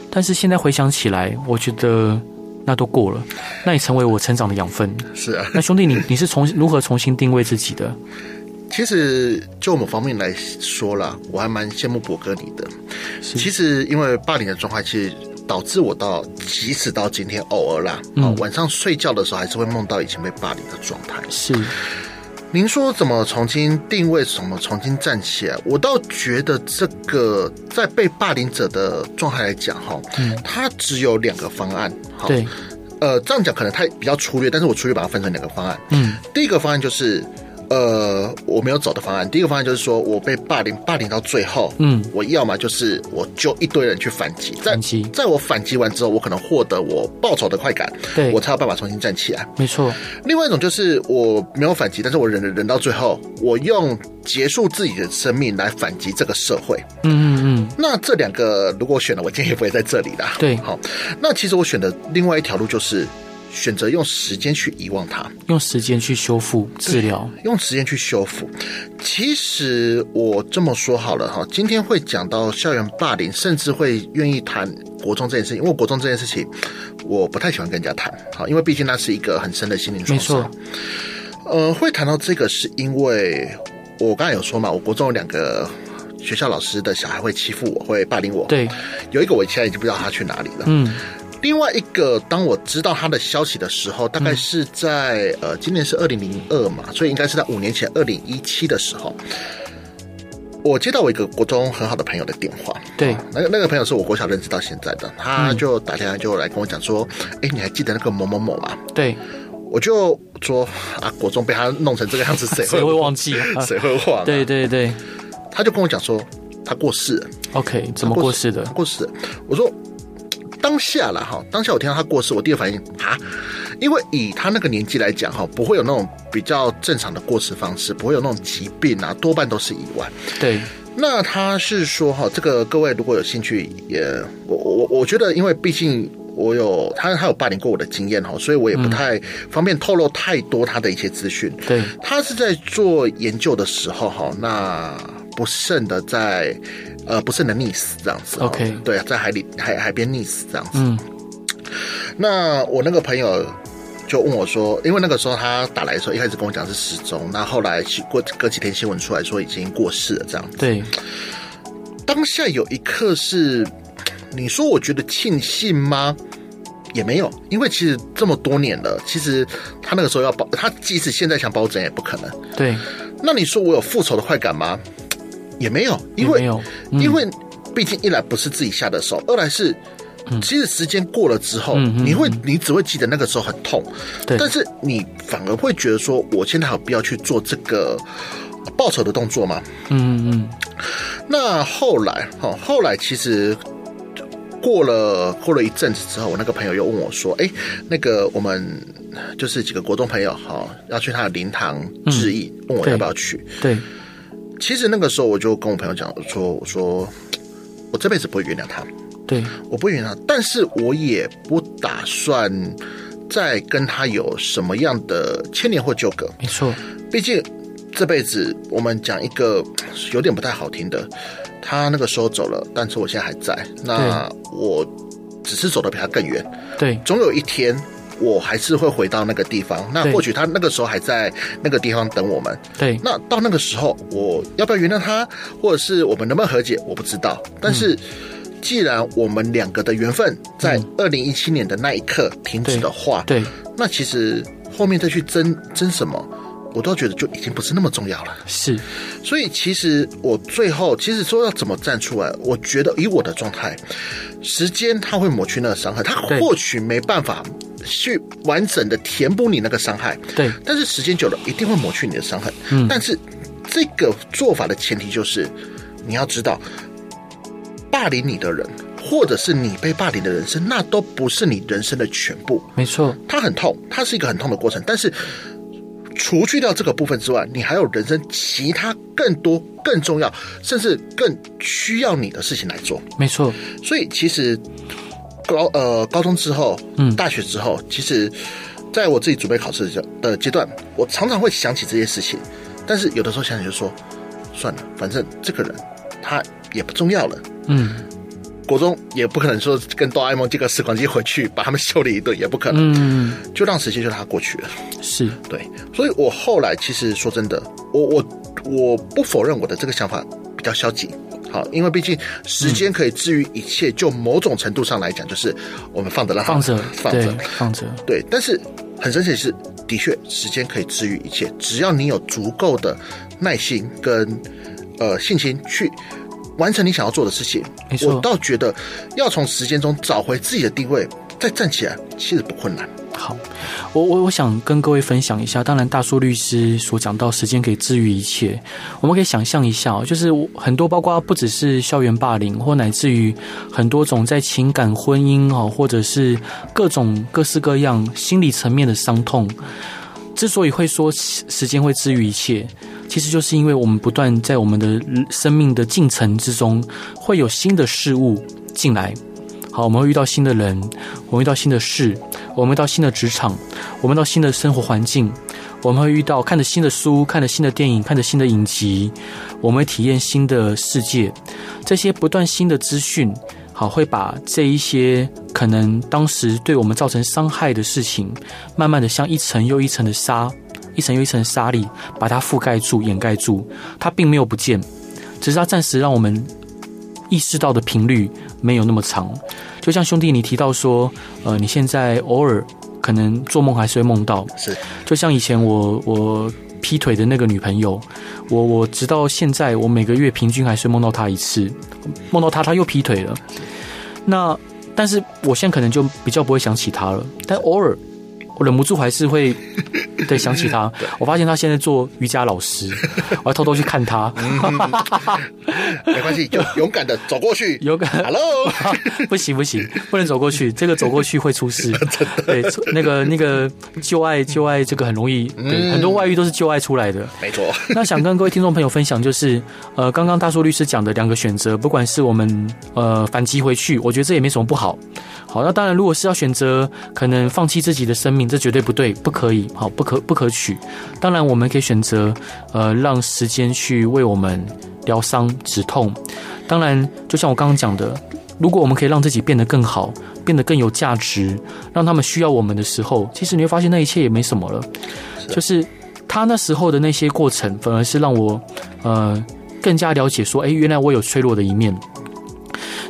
Speaker 1: 但是现在回想起来，我觉得那都过了，那也成为我成长的养分。
Speaker 2: 是啊，
Speaker 1: 那兄弟你，你你是重如何重新定位自己的？
Speaker 2: 其实就某方面来说啦，我还蛮羡慕博哥你的。其实因为霸凌的状态，其实。导致我到即使到今天偶尔啦，嗯、哦，晚上睡觉的时候还是会梦到以前被霸凌的状态。
Speaker 1: 是，
Speaker 2: 您说怎么重新定位，怎么重新站起来？我倒觉得这个在被霸凌者的状态来讲，哈，嗯，它只有两个方案。
Speaker 1: 好对，
Speaker 2: 呃，这样讲可能太比较粗略，但是我粗略把它分成两个方案。嗯，第一个方案就是。呃，我没有走的方案。第一个方案就是说我被霸凌，霸凌到最后，嗯，我要么就是我揪一堆人去反击，在在我反击完之后，我可能获得我报仇的快感，
Speaker 1: 对
Speaker 2: 我才有办法重新站起来。
Speaker 1: 没错。
Speaker 2: 另外一种就是我没有反击，但是我忍忍到最后，我用结束自己的生命来反击这个社会。
Speaker 1: 嗯嗯嗯。
Speaker 2: 那这两个如果选了，我今天也不会在这里啦。
Speaker 1: 对，
Speaker 2: 好。那其实我选的另外一条路就是。选择用时间去遗忘它，
Speaker 1: 用时间去修复治疗，
Speaker 2: 用时间去修复。其实我这么说好了哈，今天会讲到校园霸凌，甚至会愿意谈国中这件事情，因为国中这件事情我不太喜欢跟人家谈，好，因为毕竟那是一个很深的心灵创伤。
Speaker 1: 没
Speaker 2: 错，呃，会谈到这个是因为我刚才有说嘛，我国中有两个。学校老师的小孩会欺负我，会霸凌我。
Speaker 1: 对，
Speaker 2: 有一个我现在已经不知道他去哪里了。
Speaker 1: 嗯。
Speaker 2: 另外一个，当我知道他的消息的时候，大概是在、嗯、呃，今年是二零零二嘛，所以应该是在五年前，二零一七的时候，我接到我一个国中很好的朋友的电话。
Speaker 1: 对，
Speaker 2: 那个那个朋友是我国小认识到现在的，他
Speaker 1: 嗯
Speaker 2: 就打电话就来跟我讲说：“哎、嗯欸，你还记得那个某某某吗？”
Speaker 1: 对。
Speaker 2: 我就说啊，国中被他弄成这个样子， 谁
Speaker 1: 会忘记？
Speaker 2: 谁会忘、啊？
Speaker 1: 对对对。
Speaker 2: 他就跟我讲说，他过世了。
Speaker 1: OK，怎么过世的？
Speaker 2: 过世了。我说。当下了哈，当下我听到他过世，我第一个反应啊，因为以他那个年纪来讲哈，不会有那种比较正常的过世方式，不会有那种疾病啊，多半都是意外。
Speaker 1: 对，
Speaker 2: 那他是说哈，这个各位如果有兴趣，也我我我觉得，因为毕竟我有他他有霸凌过我的经验哈，所以我也不太方便透露太多他的一些资讯。
Speaker 1: 对、嗯，
Speaker 2: 他是在做研究的时候哈，那。不慎的在，呃，不慎的溺死这样子、
Speaker 1: 喔。OK，
Speaker 2: 对，在海里海海边溺死这样子。嗯，那我那个朋友就问我说，因为那个时候他打来的时候，一开始跟我讲是失踪，那后来过隔几天新闻出来说已经过世了这样子。
Speaker 1: 对，
Speaker 2: 当下有一刻是，你说我觉得庆幸吗？也没有，因为其实这么多年了，其实他那个时候要保，他即使现在想保整也不可能。
Speaker 1: 对，
Speaker 2: 那你说我有复仇的快感吗？也没有，因为、
Speaker 1: 嗯、
Speaker 2: 因为毕竟一来不是自己下的手，二来是，嗯、其实时间过了之后，嗯、你会你只会记得那个时候很痛，
Speaker 1: 对，
Speaker 2: 但是你反而会觉得说，我现在有必要去做这个呃报仇的动作嘛。
Speaker 1: 嗯嗯
Speaker 2: 那后来，哈，后来其实过了过了一阵子之后，我那个朋友又问我说：“哎、那个我们就是几个国中朋友，哈，要去他的灵堂致意，问我
Speaker 1: 对
Speaker 2: 要不要去。
Speaker 1: 嗯，对，”
Speaker 2: 其实那个时候我就跟我朋友讲，我说：“我说我这辈子不会原谅他，
Speaker 1: 对，
Speaker 2: 我不会原谅他，但是我也不打算再跟他有什么样的牵连或纠葛。
Speaker 1: 没错，
Speaker 2: 毕竟这辈子我们讲一个有点不太好听的，他那个时候走了，但是我现在还在。那我只是走得比他更远，
Speaker 1: 对，
Speaker 2: 总有一天。我还是会回到那个地方，那
Speaker 1: 对
Speaker 2: 或许他那个时候还在那个地方等我们。
Speaker 1: 对，
Speaker 2: 那到那个时候，我要不要原谅他，或者是我们能不能和解，我不知道。但是，
Speaker 1: 嗯
Speaker 2: 既然我们两个的缘分在二零一七年的那一刻停止的话，
Speaker 1: 对，
Speaker 2: 那其实后面再去争争什么，我都觉得就已经不是那么重要了。
Speaker 1: 是，
Speaker 2: 所以其实我最后其实说要怎么站出来，我觉得以我的状态，时间它会抹去那个伤害，它
Speaker 1: 对
Speaker 2: 或许没办法去完整的填补你那个伤害，
Speaker 1: 对，
Speaker 2: 但是时间久了一定会抹去你的伤痕。
Speaker 1: 嗯
Speaker 2: 但是这个做法的前提就是你要知道，霸凌你的人，或者是你被霸凌的人生，那都不是你人生的全部。
Speaker 1: 没错，
Speaker 2: 它很痛，它是一个很痛的过程，但是。除去掉这个部分之外，你还有人生其他更多、更重要，甚至更需要你的事情来做。
Speaker 1: 没错，
Speaker 2: 所以其实高呃高中之后，
Speaker 1: 嗯
Speaker 2: 大学之后，其实在我自己准备考试的阶的阶段，我常常会想起这些事情，但是有的时候想想就说，算了，反正这个人他也不重要了。
Speaker 1: 嗯
Speaker 2: 国中也不可能说跟哆啦 A 梦借个时光机回去把他们修理一顿，也不可能，
Speaker 1: 嗯，
Speaker 2: 就让时间就让它过去了。
Speaker 1: 是，
Speaker 2: 对，所以我后来其实说真的，我我我不否认我的这个想法比较消极。好，因为毕竟时间可以治愈一切，就某种程度上来讲，就是我们放着让它
Speaker 1: 放着，
Speaker 2: 放
Speaker 1: 对
Speaker 2: 着，，
Speaker 1: 放着，
Speaker 2: 对。但是很神奇的是，的确时间可以治愈一切，只要你有足够的耐心跟呃信心去完成你想要做的事情
Speaker 1: 没。错
Speaker 2: 我倒觉得要从时间中找回自己的定位，再站起来，其实不困难。
Speaker 1: 好，我我我想跟各位分享一下，当然大树律师所讲到时间可以治愈一切，我们可以想象一下哦，就是我很多包括不只是校园霸凌，或乃至于很多种在情感、婚姻哦，或者是各种各式各样心理层面的伤痛，之所以会说时时间会治愈一切，其实就是因为我们不断在我们的生命的进程之中，会有新的事物进来。好，我们会遇到新的人，我们遇到新的事，我们到新的职场，我们到新的生活环境，我们会遇到看着新的书，看着新的电影，看着新的影集，我们会体验新的世界。这些不断新的资讯，好，会把这一些可能当时对我们造成伤害的事情，慢慢的像一层又一层的沙，一层又一层的沙粒，把它覆盖住、掩盖住，它并没有不见，只是它暂时让我们意识到的频率没有那么长。就像兄弟你提到说，呃，你现在偶尔可能做梦还是会梦到，
Speaker 2: 是
Speaker 1: 就像以前我我劈腿的那个女朋友，我我直到现在，我每个月平均还是梦到她一次，梦到她她又劈腿了。那但是我现在可能就比较不会想起她了，但偶尔我忍不住还是会 对想起她。我发现她现在做瑜伽老师，我还偷偷去看她，
Speaker 2: 没关系，就勇敢的走 过去。
Speaker 1: 有感
Speaker 2: Hello，
Speaker 1: 不行不行，不能走过去，这个走过去会出事。对，那个那个旧爱旧爱这个很容易，对，很多外遇都是旧爱出来的。
Speaker 2: 没错，
Speaker 1: 那想跟各位听众朋友分享，就是呃，刚刚大叔律师讲的两个选择，不管是我们呃反击回去，我觉得这也没什么不好。好，那当然，如果是要选择可能放弃自己的生命，这绝对不对，不可以，好，不可不可取。当然，我们可以选择呃，让时间去为我们疗伤止痛。当然，就像我刚刚讲的。如果我们可以让自己变得更好，变得更有价值，让他们需要我们的时候，其实你会发现那一切也没什么了。就是他那时候的那些过程，反而是让我呃更加了解说，诶，哎原来我有脆弱的一面。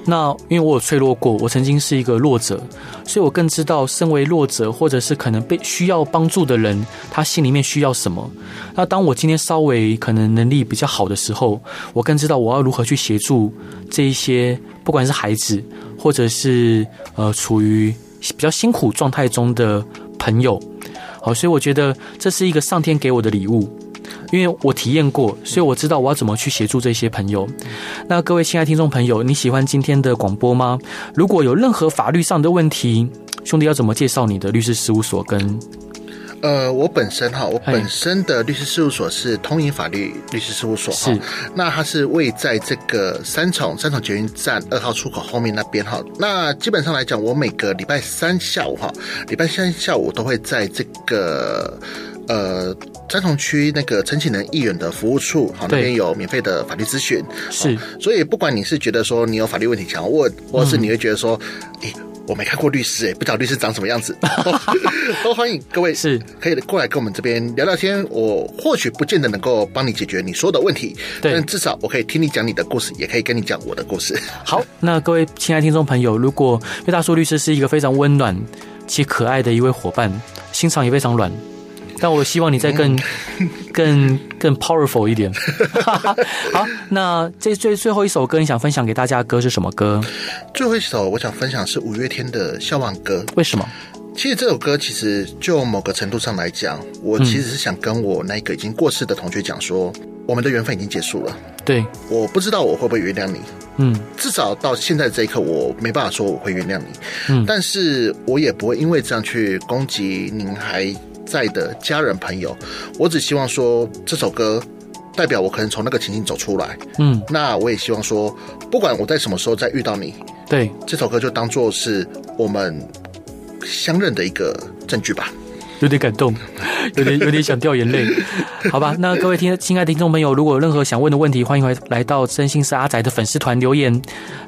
Speaker 1: 那因为我有脆弱过，我曾经是一个弱者，所以我更知道身为弱者或者是可能被需要帮助的人，他心里面需要什么。那当我今天稍微可能能力比较好的时候，我更知道我要如何去协助这一些，不管是孩子或者是呃处于比较辛苦状哦态中的朋友。好，所以我觉得这是一个上天给我的礼物。因为我体验过，所以我知道我要怎么去协助这些朋友。那各位亲爱听众朋友，你喜欢今天的广播吗？如果有任何法律上的问题，兄弟要怎么介绍你的律师事务所跟？
Speaker 2: 呃，我本身哈，我
Speaker 1: 嘿
Speaker 2: 本身的律师事务所是通盈法律律师事务所哈
Speaker 1: 是，
Speaker 2: 那它是位在这个三重三重捷运站二号出口后面那边哈。那基本上来讲，我每个礼拜三下午哈，礼拜三下午我都会在这个呃三重区那个陈启仁议员的服务处哈，那
Speaker 1: 对
Speaker 2: 边有免费的法律咨询。
Speaker 1: 是嗯
Speaker 2: 所以不管你是觉得说你有法律问题想要问，或者是你会觉得说，诶、我没看过律师、诶，不知道律师长什 么样子，都欢迎各位
Speaker 1: 是
Speaker 2: 可以过来跟我们这边聊聊天。我或许不见得能够帮你解决你说的问题，
Speaker 1: 对
Speaker 2: 但至少我可以听你讲你的故事，也可以跟你讲我的故事。
Speaker 1: 好，那各位亲爱听众朋友，如果岳大叔律师是一个非常温暖且可爱的一位伙伴，心肠也非常软，但我希望你再更、更更 powerful 一点。 好，那这最最后一首歌，你想分享给大家的歌是什么歌？
Speaker 2: 最后一首我想分享是五月天的《笑忘歌》。
Speaker 1: 为什么？
Speaker 2: 其实这首歌，其实就某个程度上来讲，我其实是想跟我那个已经过世的同学讲说，我们的缘分已经结束了，
Speaker 1: 对，
Speaker 2: 我不知道我会不会原谅你。
Speaker 1: 嗯，
Speaker 2: 至少到现在这一刻，我没办法说我会原谅你，
Speaker 1: 嗯
Speaker 2: 但是我也不会因为这样去攻击您还在的家人朋友。我只希望说这首歌代表我可能从那个情境走出来。
Speaker 1: 嗯，
Speaker 2: 那我也希望说，不管我在什么时候再遇到你，
Speaker 1: 对，
Speaker 2: 这首歌就当做是我们相认的一个证据吧。
Speaker 1: 有点感动， 有点有点想掉眼泪。好吧，那各位听亲爱的听众朋友，如果有任何想问的问题，欢迎来来到真心是阿宅的粉丝团留言。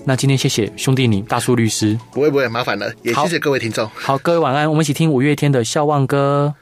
Speaker 1: 那今天谢谢兄弟你大叔律师，
Speaker 2: 不会不会，麻烦了，也
Speaker 1: 好
Speaker 2: 谢谢各位听众。
Speaker 1: 好，各位晚安，我们一起听五月天的《笑忘歌》。